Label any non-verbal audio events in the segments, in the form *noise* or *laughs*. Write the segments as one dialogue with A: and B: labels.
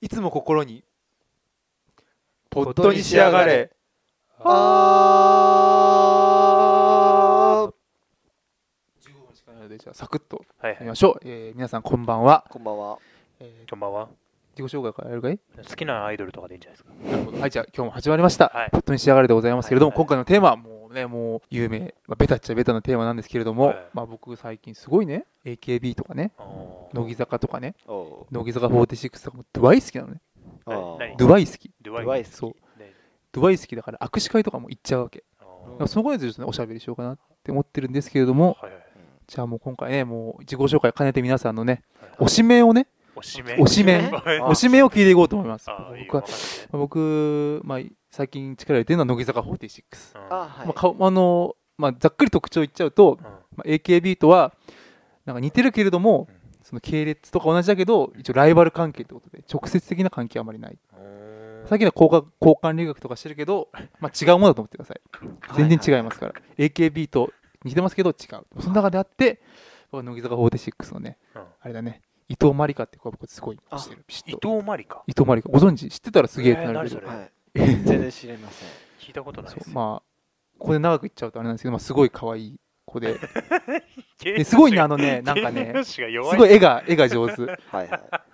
A: いつも心にポットに仕上がれあー15分しかないのでじゃあサクッと
B: はい
A: 見
B: はい
A: ましょう、えー皆さんこんばんは、
C: こんばんは。
A: えー
B: こんばんは
A: 自己紹介からやるかい
B: 好きなアイドルとかでいいんじゃないですか
A: なるほどはいじゃあ今日も始まりました、
B: はい
A: ポットに仕上がれでございますけれども、
B: はい
A: 今回のテーマはもうねもう有名、まあ、ベタっちゃベタなテーマなんですけれども、
B: はい
A: まあ僕最近すごいね AKB とかね
B: あー
A: 乃木坂とかね
C: お
A: 乃木坂46とかもドゥワイ好きなのね
C: あー
B: 何
A: ドゥワイ好き
B: ド
C: ドゥワイ好き
A: そう
B: ね
A: ドゥワイ好きだから握手会とかも行っちゃうわけ
B: あ
A: だ
B: ー
A: からそこでちょっとねおしゃべりしようかなって思ってるんですけれども
B: はいはい
A: じゃあもう今回ねもう自己紹介兼ねて皆さんのね
B: はい
A: 推し名をね
B: おしめ
A: 推し
B: *laughs*
A: 名
B: ごめん
A: 推し名を聞いていこうと思います
B: あーいい
A: 僕
B: よ
A: は僕、まあ、最近力入れてるのは乃木坂46、
B: わ
C: あ
B: か
C: はい。
A: まあ顔あのまあ、ざっくり特徴言っちゃうと
B: ん、ないうん
A: まあ、AKB とはなんか似てるけれども
B: うん
A: その系列とか同じだけど一応ライバル関係ってことで直接的な関係はあまりない
B: うん
A: さっきのは交換交換留学とかしてるけど、まあ、違うものだと思ってください全然違いますから、AKB と似てますけど違うその中であって僕は乃木坂46のね
B: うん
A: あれだね伊藤真理香って子は僕すごい推してる
B: 伊
A: 伊藤
B: 藤真理か
A: 伊藤真理香ご存知知ってたらすげえってなる
B: 何
A: け
B: そ
A: ど、
B: れ
C: はい。
A: え
C: 全然知りま
A: *laughs*
C: せん。
B: 聞いたことないで
A: そ
B: す
A: うまあここで長く言っちゃうとあれなんですけど、まあ、すごい可愛い子
B: *laughs*
A: でです
B: す
A: ごいねあの
B: *laughs*
A: ねなんかね
B: すご
A: すごい絵が絵が上
B: *laughs*
A: 手、
C: はいはい。
A: ま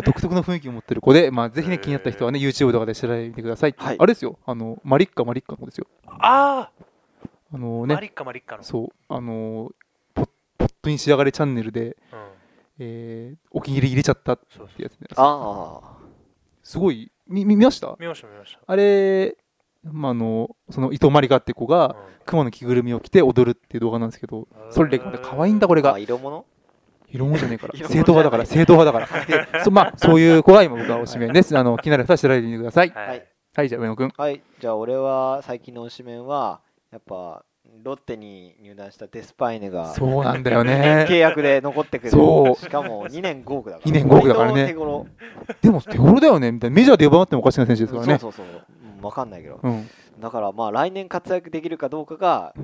A: あ、独特の雰囲気を持ってる子で、まあ、ぜひ
B: へ
A: ね
B: ー
A: 気になった人はね YouTube とかで調べてみてください、
C: はい
A: あれですよあのマリッカマリッカの子ですよ
B: あ
A: あの
B: あ、
A: ね
B: マリッカマリッカの。
A: そうあのポポットに仕上がれチャンネルで、
B: うん
A: えーお気に入り入れちゃったっ
B: そうそう
A: てやつね
C: あ
A: すごいみ見見ました
B: 見ました見まし
A: あれ、まあ、あのその伊藤まりかって子
B: た
A: が。熊の着ぐるみを着て踊るっていう動画なんですけどそれで可愛いんだこれ
C: あ。
A: が
C: あ色物
A: 色物じゃねえから
C: 色
A: 正
C: 物
A: 統
C: じゃない
A: 派だから正統派だからでそ,、まあ、そういう子が今僕はおしめですあの気になる人は調べてみてください
B: うんは
A: *laughs*
C: はいい。
A: はいじゃあ上野くん
C: はい。じゃあ俺は最近の推しメンはやっぱロッテに入団したデスパイネが
A: そうなんだよね
C: *laughs* 契約で残ってくる。
A: そう
C: しかも2年5億だから。
A: 二年五億だからね
C: 割と手頃
A: でも手頃だよねみたいなメジャーで呼ばなくてもおかしな選手ですからね
C: そうそうそう。うんわかんないけど。
A: うん
C: だからまあ来年活躍できるかどうかが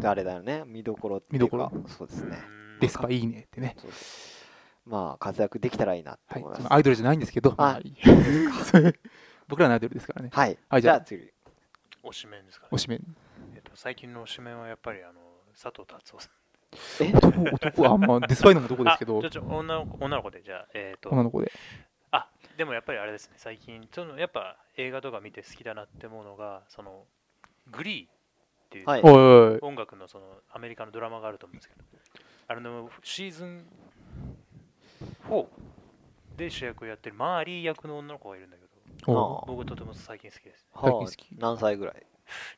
C: まああれだよね。見どころっていう
A: 見ど
C: か
A: こ。
C: そうですね。
A: デスパいいねってね
C: そうですまあ活躍できたらいいなって
A: はい
C: 思います。
A: アイドルじゃないんですけど、まあ
C: あ
A: いいそういう *laughs* 僕らのアイドルですからね
C: はい。
A: はいじ
C: じ
A: ゃあ
C: ゃあ次。
B: おしめんですか
A: お
B: ね。
A: しめ
B: えっと最近のおしめんはやっぱりあの佐藤達夫さん。
C: え
A: 男男はあんまデスパイのも男ですけど
B: あちょちょ女の子女の子でじゃあえっと
A: 女の子で
B: あでもやっぱりあれですね最近そのやっぱ映画とか見て好きだなって思うのがそのグリーっていう
C: はい
A: おいおい
B: 音楽のそのアメリカのドラマがあると思うんですけど、あれのシーズン4で主役をやってるマーリー役の女の子がいるんだけど、
A: お
B: 僕とても最近好きです。
A: 最近
C: は
A: 好
C: あ
A: き
C: 何歳ぐらい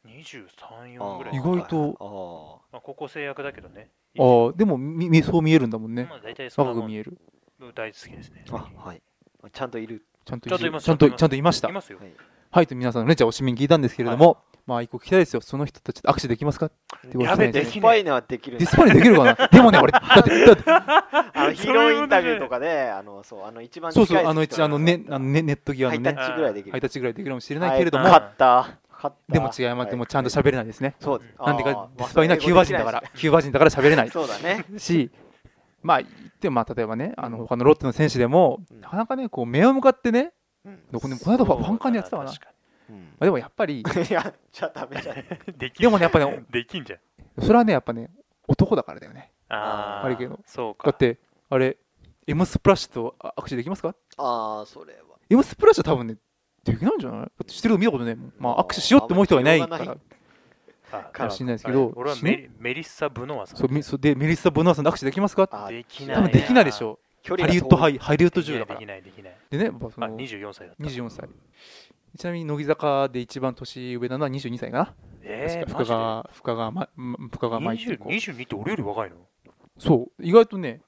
B: 23、4ぐらい
A: 意
B: か
A: あ
B: な。
A: 外と
C: と
B: まあ、高校生役だけどね。
A: いあーでもみみそう見えるんだもんね
B: まあ大体そんな
A: 若
B: も
A: く
B: ん
A: 見える
B: 大好きですね。
C: あはいちゃんといる
A: ちゃんと
B: ちゃんといます
A: ちゃんとちゃんといました
B: いますよ。
C: はい
A: はいと皆さんのねじゃあおしめん聞いたんですけれども、まあ一個聞きたいですよその人たちと握手できますかってこと
B: やべ
A: で
C: デ
A: す
B: き
A: ね
C: ス
B: ね
C: パ
B: え
C: イネはできるん
A: デ
C: だ
A: ィスパレできるかなでもね俺だってだって
C: あのヒーローインタビューとかであのそうあの一番
A: そ
C: 近いう
A: そう、あの、
C: 席
A: 一
C: と
A: あ
C: か
A: の、ね、あのね、ネット際の
C: ハイタ
A: ね、
C: ッチぐらいでき
A: ハイ
C: る
A: タッチぐらいできるかもしれないけれども、
B: はい
C: 勝った勝った
A: でも違います、でもちゃんと喋れないですね。
C: そうです
A: なんで
C: あー
A: か、
C: ま
A: デ
C: あ
A: スパイのはキューバ人だから、キューバ人だから喋れ
C: *laughs*
A: ない
C: そうだね
A: し、まあ、言っても、まあ、例えばね、あの、他のロッテの選手でも、
C: うん
A: なかなかね、こう、目を向かってね、
C: うん
A: どこでもこの間ファファンカンでやってたかな。ま
B: 確か
C: うん
A: あでもやっぱり、
C: やっちゃダメじゃん
B: にできん
A: でもね、やっぱね、
B: できんじゃん。
A: それはね、やっぱね、男だからだよね。
B: あー
A: あれけど
B: そうか。
A: だって、あれ、M スプラッシュとあ握手できますか
C: ああそれは
A: ?M スプラッシュは多分ね、できないんじゃないだってしてるの見たことないもん。まあ、握手しようって思う人がいないか
C: あんま
A: ら、
B: あ
A: かもしれないですけ
B: あ
A: ど
B: れ、俺は
A: し
B: メ
A: ね
B: リメリッサ・ブノアさん。
A: そうみそうでメリッサ・ボナーさんの握手できますか
C: あ
B: できな
A: 多
B: い
A: 分できないでしょ
C: 距
A: ハ
C: 離が
A: リウ
C: 遠い
A: ッドハイハリウッド
B: でき
A: 中だ
B: ない
A: か
B: で
A: ら
B: きないできない。
A: でね、まあ、そ
B: あ、
A: の
B: 24歳だった。
A: 24歳ちなみに乃木坂で一番年上なのは22歳かな、
B: えー、
A: 確か深川深川まま深川舞
B: マ
A: って
B: ジ
A: い
B: で
A: う子
B: 20 22って俺より若いの
A: そう意外とね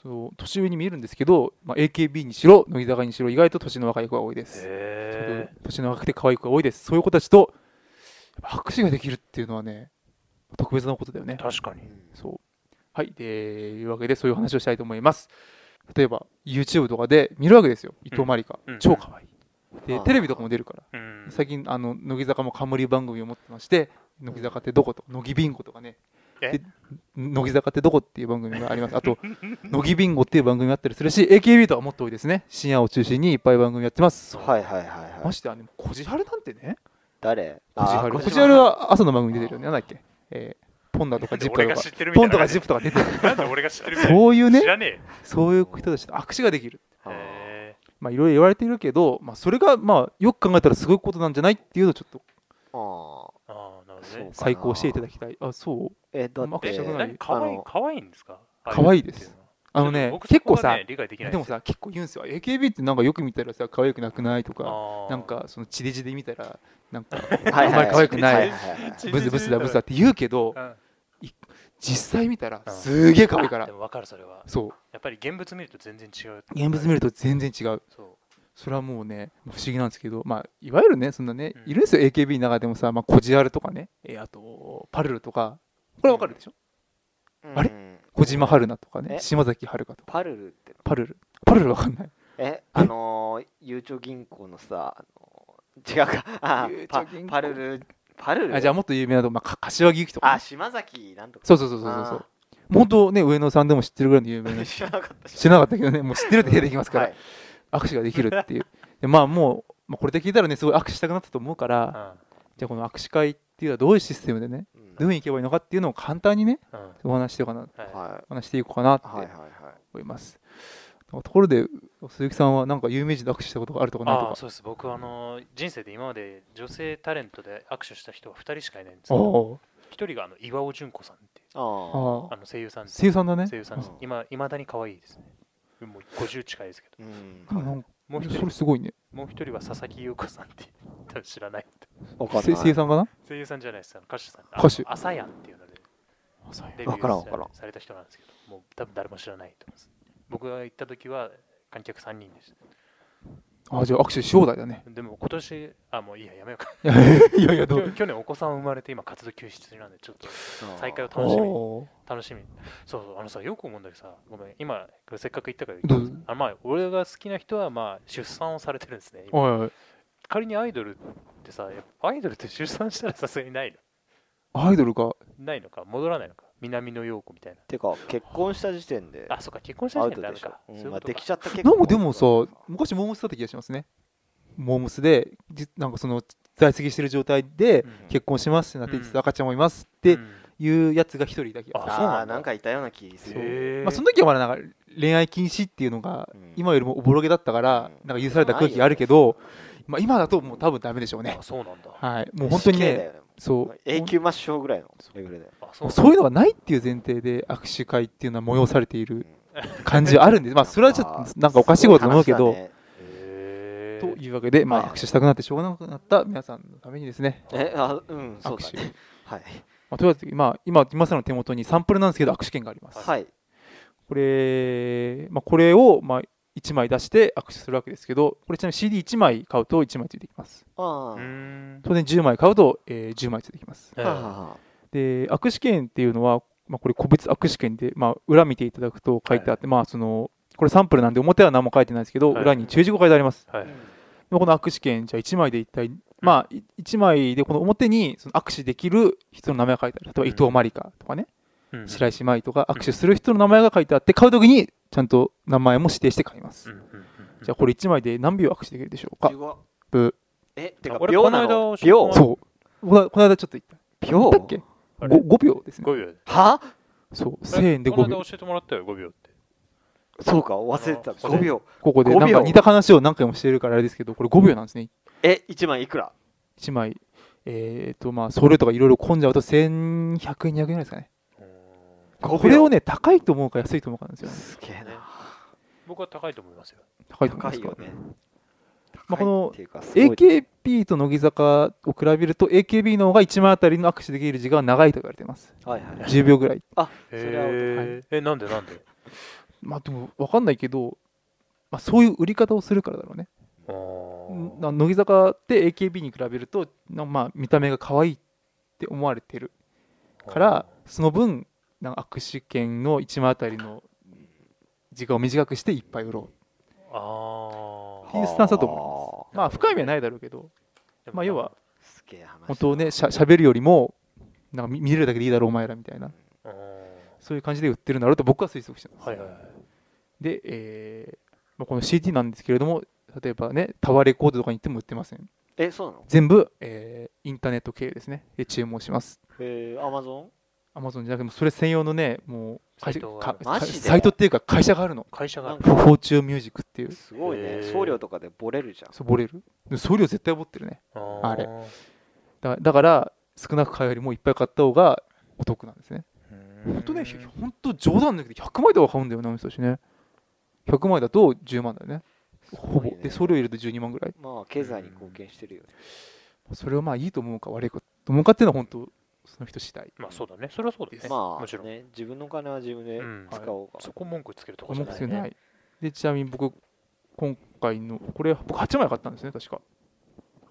A: そう年上に見えるんですけど、まあ、AKB にしろ乃木坂にしろ意外と年の若い子が多いです、
B: へ
A: ちょっと年の若くて可愛い子が多いですそういう子たちとやっぱ拍手ができるっていうのはね特別なことだよね
B: え確かに
C: うん
A: そう。はい。で、いうわけで、そういう話をしたいと思います。例えば、YouTube とかで見るわけですよ。伊藤真理香。
B: うん
A: 超可愛い。で、
C: あー
A: テレビとかも出るから。
B: うん
A: 最近、あの、乃木坂も冠番組を持ってまして、乃木坂ってどことか、乃木ビンゴとかね、
B: え
A: で乃木坂ってどこっていう番組がありますあと *laughs* 乃木ビンゴっていう番組があったりするし AKB とはもっと多いですね深夜を中心にいっぱい番組やってます
C: はいはいはいは
A: ま
C: い
A: してあのこじはるなんてね
C: 誰
A: こじはる
C: あ
A: こ
C: ー
A: じはるは朝の番組出てるよねなんだっけ、えーポンダとかジップ
B: 俺
A: と
B: が
A: か
B: 知ってるみた
A: ポ
B: い
A: ンとか
B: な感
A: ジ
B: じ
A: ップとか出て
B: *laughs*
A: る
B: なんで俺が知ってるみたいな
A: そういうね
B: 知らねえよ
A: そういう人たちと握手ができる
C: あー
B: へ
A: まあいろいろ言われてるけど、まあ、それがまあよく考えたらすごいことなんじゃないっていうのをちょっと
C: あー
B: ーああなるほどね
C: そ
A: 再考していただきたいあそう
C: えだっ
A: う
C: て
A: か
B: え
A: な
B: 何可愛い
C: あの
B: 可愛いんですか
A: 可愛いですあのね結構さ、
B: 理解できない
A: でもさ結構言うんですよ AKB ってなんかよく見たらさ可愛くなくないとかな
B: なん
A: かその地デジで見たらなんか
C: はい
A: あんまり可愛くない
C: はいはいはい
A: ブスブスだブスだって言うけど実際見たらすげえ可愛いから
B: でも分かるそれは
A: そう
B: やっぱり現物見ると全然違う
A: 現物見ると全然違う
B: そう
A: それはもうね不思議なんですけどまあいわゆるねそんなね
B: うん
A: いるんですよ AKB の中でもさまあコジアルとかねえあとパルルとかこれわかるでしょあれ
C: うん
A: 小島春菜とかね
C: え
A: 島崎遥香とか
C: パルルって
A: パルルパルルわかんない
C: えあのーゆうちょ銀行のさ、あのー違うかあー
A: ゆうちょ
C: パ
A: 銀行
C: パルルパルル
A: あじゃあもっと有名なとこまあか柏木由紀とか
C: あ
A: ね
C: 島崎なんとか
A: そうそうそうそうそうそうもう本当ね上野さんでも知ってるぐらいの有名
B: *laughs*
A: な人
C: 知らなかった
A: 知らなかったけどねもう知ってるって出てきますから
C: はい
A: 握手ができるっていうでまあもう、まあ、これで聞いたらねすごい握手したくなったと思うから、じゃあこの握手会っていうのはどういうシステムでね
C: う
A: どう
C: ん
A: いうふうにいけばいいのかっていうのを簡単にね
B: うんうん
A: お話ししてかな
B: は
C: は
A: お話していこうかない
C: はいはい
A: って
C: はい
A: 思います、ところで鈴木さんはなんか有名人と握手したことがあるとか
B: い
A: ないと
B: あ
A: か
B: あそうです僕あの人生で今まで女性タレントで握手した人は2人しかいないんですけど
A: おう
B: 1人があの岩尾純子さんっていう
C: あー
A: あ
B: あ
A: あ
B: の声優さんです
A: 声優さんだね
B: 声優さんです
C: うん
B: 今いまだに可愛いですねもう50近いですけど
C: うん
A: でもなんか
B: もう一
A: そ
B: 人
A: れすごいね
B: もう一人は佐々木優子さんっていう多分知らない
C: わかん
A: せ
C: な
A: 声優
C: い
A: さんかな
B: 声優さんじゃないですあの歌手さん
A: 歌手
B: あの朝やんっていうのでデビュ
C: わからんわからん
B: ーされた人なんですけどもう多分誰も知らないと思います僕が行った時は観客3人でし
A: あじゃあ握手し放題だね
B: たでも今年あもういいややめようか
A: い *laughs* やいやど
B: 去
A: う
B: 去年お子さん生まれて今活動休止中なんでちょっと再会を楽しみに
A: おう
B: 楽しみにそうそうあのさよく思うんだけどさごめん今せっかく行ったから
A: どうぞ
B: あまあ俺が好きな人はまあ出産をされてるんですね今
A: おいおい
B: 仮にアイドルってさやっぱアイドルって出産したらさすがにない
A: アイドルか
B: のないのか戻らないのか南野陽子みたいな
C: てか結婚した時点で
B: あそっか結婚した
C: アウ
B: 時
C: トで
B: 点でダメ
C: しょ
B: か、
C: う
B: そうんい
C: ま
B: う
C: あ
B: こと
C: で
B: か
C: きちゃった結
A: な
C: 婚
A: んかでもさ昔モームスだった気がしますねモームスでじなんかその在籍してる状態で
B: うん
A: 結婚しますってなって、
B: うん
A: 実は赤ちゃんもいますって
B: うん
A: いうやつが一人だけ、
B: あそ
C: あ
B: うな
C: あ
B: んだ
C: なんかいたような気する
B: へー
A: まあ、その時はまだなんか恋愛禁止っていうのが
C: うん
A: 今よりもおぼろげだったから
C: うん
A: なんか許された空気があるけど、まあ、今だともう多分ダメでしょうね
B: あ、そうなんだ。
A: はい、もう本当に
C: 死刑だ
A: ね
C: よね
A: そう
C: 永久抹消ぐらいのレベルだよ
B: あ、そ
A: もう
B: うなんだ。
A: そういうのがないっていう前提で握手会っていうのは催されている感じはあるんです、まあ、それはちょっとなんかおかしいことだと思うけど、
B: へ
A: と
B: ー
A: いうわけで、ま
C: はい
A: あ、握手したくなってしょうがなくなった皆さんのためにですね
C: えあうんそうだ
A: 握手
C: ねはい
A: まあ、とりあえず、まあ、今、今さんの手元にサンプルなんですけど、握手券があります。
C: はい
A: これ、まあ、これを、まあ、1枚出して握手するわけですけど、これちなみに CD1 枚買うと1枚ついてきます。
C: あ
B: うー
C: ー
B: ん。
A: 当然10枚買うと、えー10枚ついてきます。
B: ええ
C: あ
A: で、握手券っていうのは、まあ、これ個別握手券で、まあ、裏見ていただくと書いてあって、まあ、その、これサンプルなんで表は何も書いてないですけど、
B: はい
A: 裏に注意事項書いてあります。
B: は
C: ー
B: い。
A: でこの握手券、じゃあ1枚で一体、まあ、い1枚でこの表にその握手できる人の名前が書いてある。例えば伊藤真理香とかね。
B: うん
A: 白石麻衣とか握手する人の名前が書いてあって買うときにちゃんと名前も指定して買いま
B: う
A: す、
B: んうんうん
A: じゃあこれ1枚で何秒握手できるでしょうか
C: 15
A: ブ
C: えてか
B: 俺
C: 秒なの
B: この間
A: ー
B: あ
A: そうこのこの間ちょっと言った
C: 秒
A: 言ったっけ
B: あれ
A: 5, 秒ですね
B: 五秒で。
C: は
A: そう1000円で5
B: この間
A: 秒
B: 教えてもらったよ、5秒って。
C: そうか忘れてた
B: あの
C: 5秒
A: ここで
C: 5秒
A: なんか似た話を何回もしてるからあれですけどこれ5秒なんですね
C: え一枚いくら
A: 1枚えっ、とまあそれとかいろいろ混んじゃうと1100円200円ぐらいですかね
B: うーん
C: 5秒
A: これをね高いと思うか安いと思うかなんですよね
C: すげえな
B: 僕は高いと思いますよ。
A: 高いと思
C: 高
A: い
C: い
A: ま
C: よ
A: すか
C: ね
A: まあこの
C: 高いっていうかすごい
A: AKB と乃木坂を比べると AKB の方が1枚あたりの握手できる時間は長いと言われてます
C: はいはい
A: 10秒ぐらい
C: あそれは
B: へえ。え、なんでなんで
A: まあでも分かんないけど、まあ、そういう売り方をするからだろうね
B: あー
A: な乃木坂って AKB に比べるとなまあ見た目が可愛いって思われてるからその分なんか握手券の1枚あたりの時間を短くしていっぱい売ろ
B: あー
A: っていうスタンスだと思うまあ深い意味はないだろうけど、
B: でも
A: まあ、要は
C: すげえ話だ
A: 本当ねしゃしゃべるよりもなんか見見れるだけでいいだろうお前らみたいなそういう感じで売ってるんだろうと僕は推測してます。
B: はいはいはい
A: で、えーまあ、この CD なんですけれども、例えばね、タワーレコードとかに行っても売ってません。
C: えそうなの
A: 全部、えーインターネット経由ですね。で、注文します。
C: えー、アマゾン
A: Amazon じゃなくて、もうそれ専用のね、もう会社
B: サイトが
A: か
B: ある
C: マ
A: か
C: ジで
A: サイトっていうか会社があるの。
B: 会社がある
A: フォーチューミュージックっていう、
C: すごい
B: へ
C: ね
B: ー
C: 送料とかでボレるじゃん
A: そう、ボレる。で送料絶対ボってるね。
B: あー
A: あれだだから、少なく買うよりもいっぱい買った方がお得なんですね。
B: うーん
A: 本当ね、本当冗談だけど、100枚とか買うんだよな、あの人たちね。100枚だと10万だよね。ほぼ。
C: すごいね
A: で、送料入れると12万ぐらい。
C: まあ経済に貢献してるよね
A: それをまあいいと思うか悪いかと思うかっていうのは本当、その人次第。
B: まあそうだね。それはそうだね。
C: まあ
B: もちろん。
C: ね自分のお金は自分で
B: うん
C: 使おうか、
B: そこ文句つけるとこじ
A: 重
B: ゃ
A: く
B: な
A: て
B: い
A: な
B: ね。
A: い。で、ちなみに僕、今回の、これ、僕8枚買ったんですね、確か。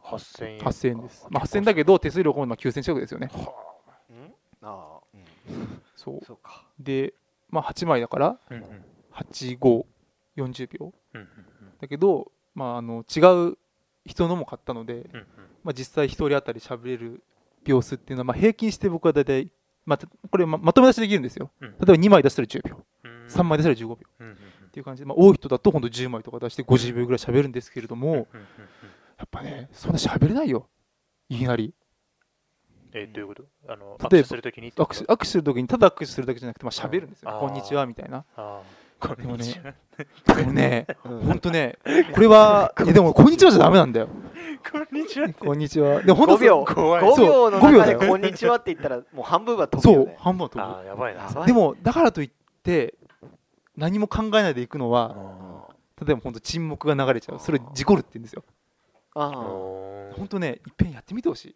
B: 8000円。
A: 8000円です。まあ8000円だけど、手数料込みの9000円近くですよね。
C: うんああ、う、。
A: そうん
C: そうか
A: で、まあ8枚だから、
B: うんうん
A: 85、40秒。
B: うんうん
A: だけど、まあ、あの違う人のも買ったので、
B: うんうん
A: まあ、実際1人当たり喋れる秒数っていうのは、まあ、平均して僕は大体、まあ、たこれままとめ出しできるんですよ
B: うん
A: 例えば2枚出したら10秒
B: うん
A: 3枚出したら15秒っ
B: うんうんうん
A: ていう感じで、まあ、多い人だと本当10枚とか出して50秒ぐらい喋るんですけれども
B: うんうんうん
A: やっぱねそんな喋れないよいきなり
B: えどういうことあの、
A: ば
B: 握手するときにってこ
A: 握手
B: と
A: 握手するときにただ握手するだけじゃなくて、まあ、喋るんですよ
B: あ
A: 「
B: ー
A: こんにちは」みたいな
B: ああ、こんにちは。
A: でも
B: *laughs*
A: ね
C: うん
A: 本当ねこれはえでも「こんにちは」じゃダメなんだよ
B: こんにちはって。
A: こんにちはでも本当
C: 5秒
B: 怖い
A: そう
C: 5秒の
A: 5秒
C: 中
A: だ
C: で
A: よ
C: 「こんにちは」って言ったらもう半分は飛ぶ
A: そ
C: よ
A: う
C: ね
A: 半分は飛ぶ
B: ああ、やばいな。
C: やばい
A: でもだからといって何も考えないでいくの
B: あ
A: は
B: ー
A: 例えば本当沈黙が流れちゃうそれ事故るって言うんですよ
C: あ
B: あ
C: あ
B: ー
A: 本当ねいっぺんやってみてほしい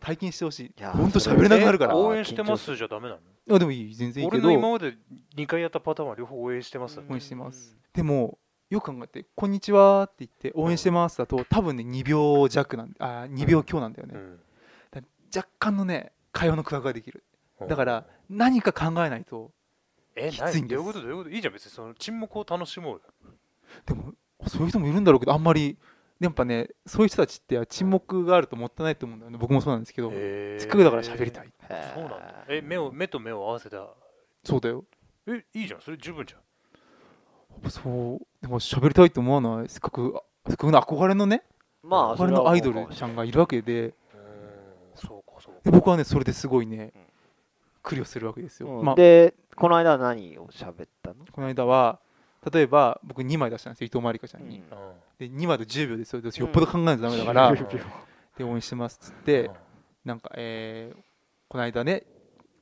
A: 体験してほしい
C: いや
A: 本当喋れなくなるから
C: それね
B: 応援してますじゃダメなの
A: あでもいい全然いいけ
B: 俺の今
A: ど
B: まで2回やったパターンは両方応援してます。
A: 応援してますでもよく考えて「こんにちは」って言って「応援してます」だと多分ね2秒弱なんあ2秒強なんだよ
B: う
A: ね
B: ん
A: 若干のね会話の空白ができる
B: うん
A: だから何か考えないと
B: え、
A: きついんで
B: な
A: す
B: いどういうことどういうこといいじゃん、別にその沈黙を楽しもうよ。
A: でもそういう人もいるんだろうけどあんまりやっぱねそういう人たちって沈黙があるともったいないと思うんだよね僕もそうなんですけどせ
B: せ
A: っかくだから喋りたい
B: そうなんだ。え、目を目と目を合わせた。
A: そうだよ
B: え、いいじゃん、それ十分じゃん。
A: そうでも喋りたいと思わないせっかくあせっかくの憧れのね
C: まあ
A: 憧れのアイドルちゃんがいるわけで
B: うーんそうか、そう
A: で
B: か。
A: 僕はねそれですごいね
C: うん
A: 苦慮するわけですよ、
C: うん
A: まあ
C: でこの間は何を喋ったの
A: この間は例えば僕2枚出したんですよ伊藤まりかちゃんに、
C: うん
B: うん
A: で2枚で10秒ですよでよっぽど考えないとダメだから、
B: *laughs* うん
A: *laughs* で応援してますっつっ
B: う
A: て
B: ん
A: なんかえーこの間ね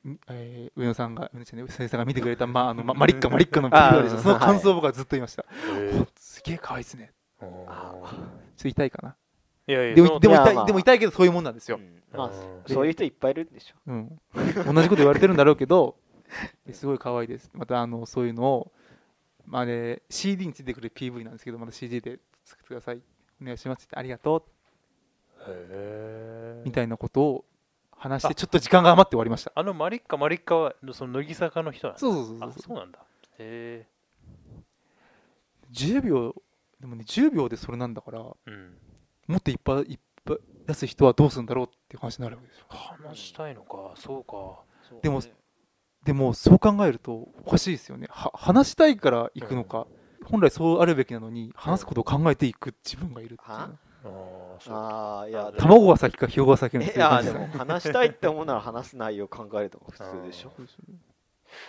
A: んえー上野さんが上野さんね先生が見てくれた、まあ、あのまマリッカマリッカのビデオでし
C: あ
A: た
C: ー
A: その感想を僕はずっと言いました、
B: え
A: ほんとすげえ可愛いですね
B: ーうん
C: あ
A: ちょっと痛いかない
B: やいや、
A: で
B: そ
A: も
B: の
A: でも
C: いや
A: 痛い、
C: まあ
A: でも痛いけどそういうもんなんです
C: う
A: よ、
C: んまあ
B: うん
C: そういう人いっぱいいるでしょ
A: うん、同じこと言われてるんだろうけどすごい可愛いですまたあのそういうのを、まあ、あれ CD についてくる PV なんですけどまた CD で作ってくださいお願いしますってありがと
B: へ
A: う
B: ー
A: みたいなことを話してちょっと時間が余って終わりました
B: あのマリッカマリッカはその乃木坂の人なんだ
A: そうそうそう
B: あ
A: そう
B: そうなんだへ
A: 10秒でもね10秒でそれなんだからも
B: えうん
A: っといっぱいいっぱい出す人はどうするんだろうっていう話になるわけですよ
B: 話したいのかそうか
A: でもでもそう考えるとおかしいですよねは話したいから行くのか、本来そうあるべきなのに話すことを考えていく自分がいるっていうね、
C: は
B: ああそうか
C: ああいやでも
A: 卵が先かひよが先の
C: いやでも話したいって思うなら話す内容考えると普通でしょ
A: そうですね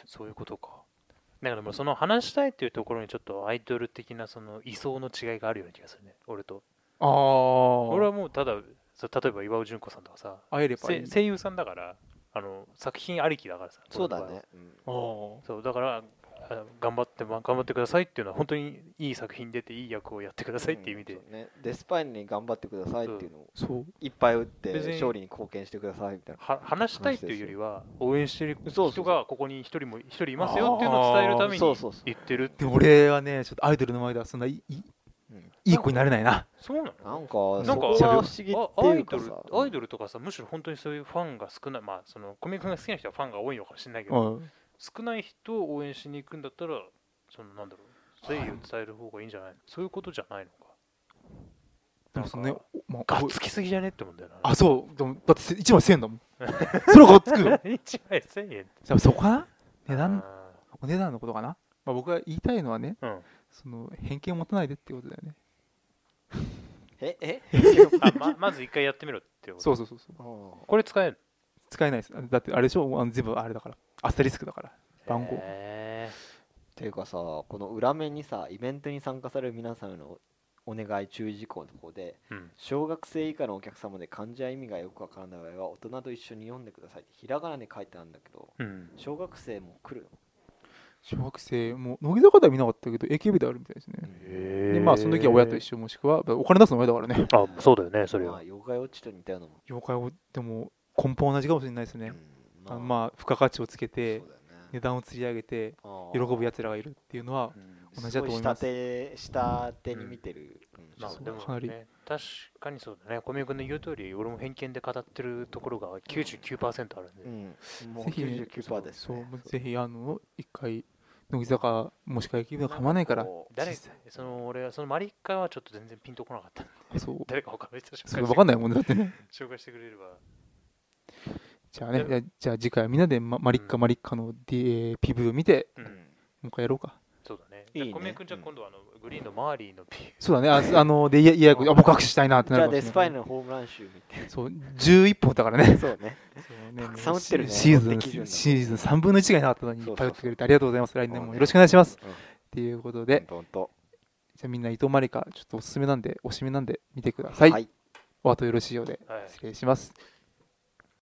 B: そういうことかだからもうその話したいっていうところにちょっとアイドル的なその位相の違いがあるような気がするね俺と
A: ああ
B: 俺はもうただそう例えば岩尾純子さんとかさ
A: 会えればい
B: せ
A: い
B: 声優さんだからあの作品ありきだからさ
C: そうだ
B: この場
C: ね
B: 合は
C: うん
A: あー
B: そうだからあ頑張ってま頑張ってくださいっていうのは本当にいい作品出ていい役をやってくださいっていう意味で、
C: うんそうねデスパイネに頑張ってくださいっていうのを
A: そう
C: いっぱい打っ
B: 別
C: て
B: に
C: 勝利に貢献してくださいみたいな
B: は話したいっていうよりは応援してる
C: そうそうそ
B: 人
C: う
B: がここに一人も一人いますよっていうのを伝えるため
C: そう
B: に
C: そうそう
B: 言ってるって
A: で俺はねちょっとアイドルの前ではそんないい
C: うん
A: いい子になれないな
B: そうな
C: な
B: の
C: んかそ
B: なんか
C: こが不思議ってい
B: あア
C: う
B: イド
C: か
B: ル
C: さ
B: アイドルとかさむしろ本当にそういうファンが少ないまあその小宮君が好きな人はファンが多いのかもしれないけ
A: う
B: ど
A: ん
B: 少ない人を応援しに行くんだったらそのなんだろう誠意を伝える方がいいんじゃないのそういうことじゃないのか
A: でもそのね
B: なんか
A: おまあ
B: がっ
A: お
B: つきすぎじゃねって思うんだよな
A: あそうでもだってせ一枚1000円だもん
B: *laughs*
A: それがっつくよ
B: 1枚1000円
A: じゃあそこかな値段
B: あ
A: お値段のことかな、まあ、僕が言いたいのはね
B: ーうん
A: その偏見を持たないでってことだよね
C: ええ
B: あま *laughs* まず一回やってみろっていうこと
A: そうそうそうそう
B: これ使える
A: 使えないですあだってあれでしょあの全部あれだからアスリスクだから番号
B: へ
C: ていうかさこの裏面にさイベントに参加される皆さんへのお願い注意事項のところで
B: ーうん
C: 小学生以下のお客様で漢字や意味がよくわからない場合は大人と一緒に読んでくださいってひらがなで書いてあるんだけど
B: うん
C: 小学生も来る
A: 小学生もう乃木坂では見なかったけど AKB であるみたいですね
C: の、
A: でまあその時は親と一緒もしくはお金出すの親だからね
B: 緒あそうだよねそれ
C: まあ
B: は
C: 妖怪落ちと似たようなもん
A: 妖怪をでも根本同じかもしれないですね、
C: うん
A: あのまあ付加価値をつけて
C: そうだよね
A: 値段をつり上げて喜ぶやつらがいるっていうのは
B: うん
A: 同じだと思います
C: ご下手下手に見てる、うん
B: ま
A: そ
B: あ
A: う
B: でも
A: かなり
B: ね、確かにそうだね、小宮君の言う通り、俺も偏見で語ってるところが99%あるんで、
C: うん、もう
A: ぜひね
C: 99%です、
A: そう
C: ね、
A: もうぜひあの一回乃木坂もしくは AKB の構わないから
B: 誰
A: 実際
B: その俺はそのマリッカはちょっと全然ピンとこなかった。 *laughs*
A: そう
B: 誰か他の人紹介
A: それ分かんないいもんねだって
C: *laughs*
A: ね
B: 紹介してくれれば。
A: じゃあね
B: で
A: じゃあじゃあ次回みんなでママリッカ
B: うん
A: マリッカの D- えー PV を見て
B: う
C: うん
B: ん、
A: もう一回やろうか
B: そうだね。
C: いいね
B: じゃあ小宮君じゃあ今度はあのグリーンのマーリーのピー。
A: そうだねあ
C: *laughs*
A: すあのでいやいやあ僕握手したいなって
C: じ
A: な
C: ゃ
A: る
C: あ
A: かも
C: デ
A: し
C: ス
A: れ
C: パイ
A: ない
C: のホームラン集見て
A: そう11本だからね
C: そうね
A: そうね
C: たくさん打ってるね
A: シーズ
C: ロッ
A: ン
C: テ基準だと
A: シーズン3分の1がいなかったのにいっぱい打ってくれてありがとうございます来年もよろしくお願いしますっていうこと
C: で
A: で
C: ほんと
A: じゃあみんな伊藤マリカちょっとおすすめなんでおしめなんで見てくだ
C: は
A: さ
C: い、
A: いお後よろしいようで
B: はい
A: 失礼します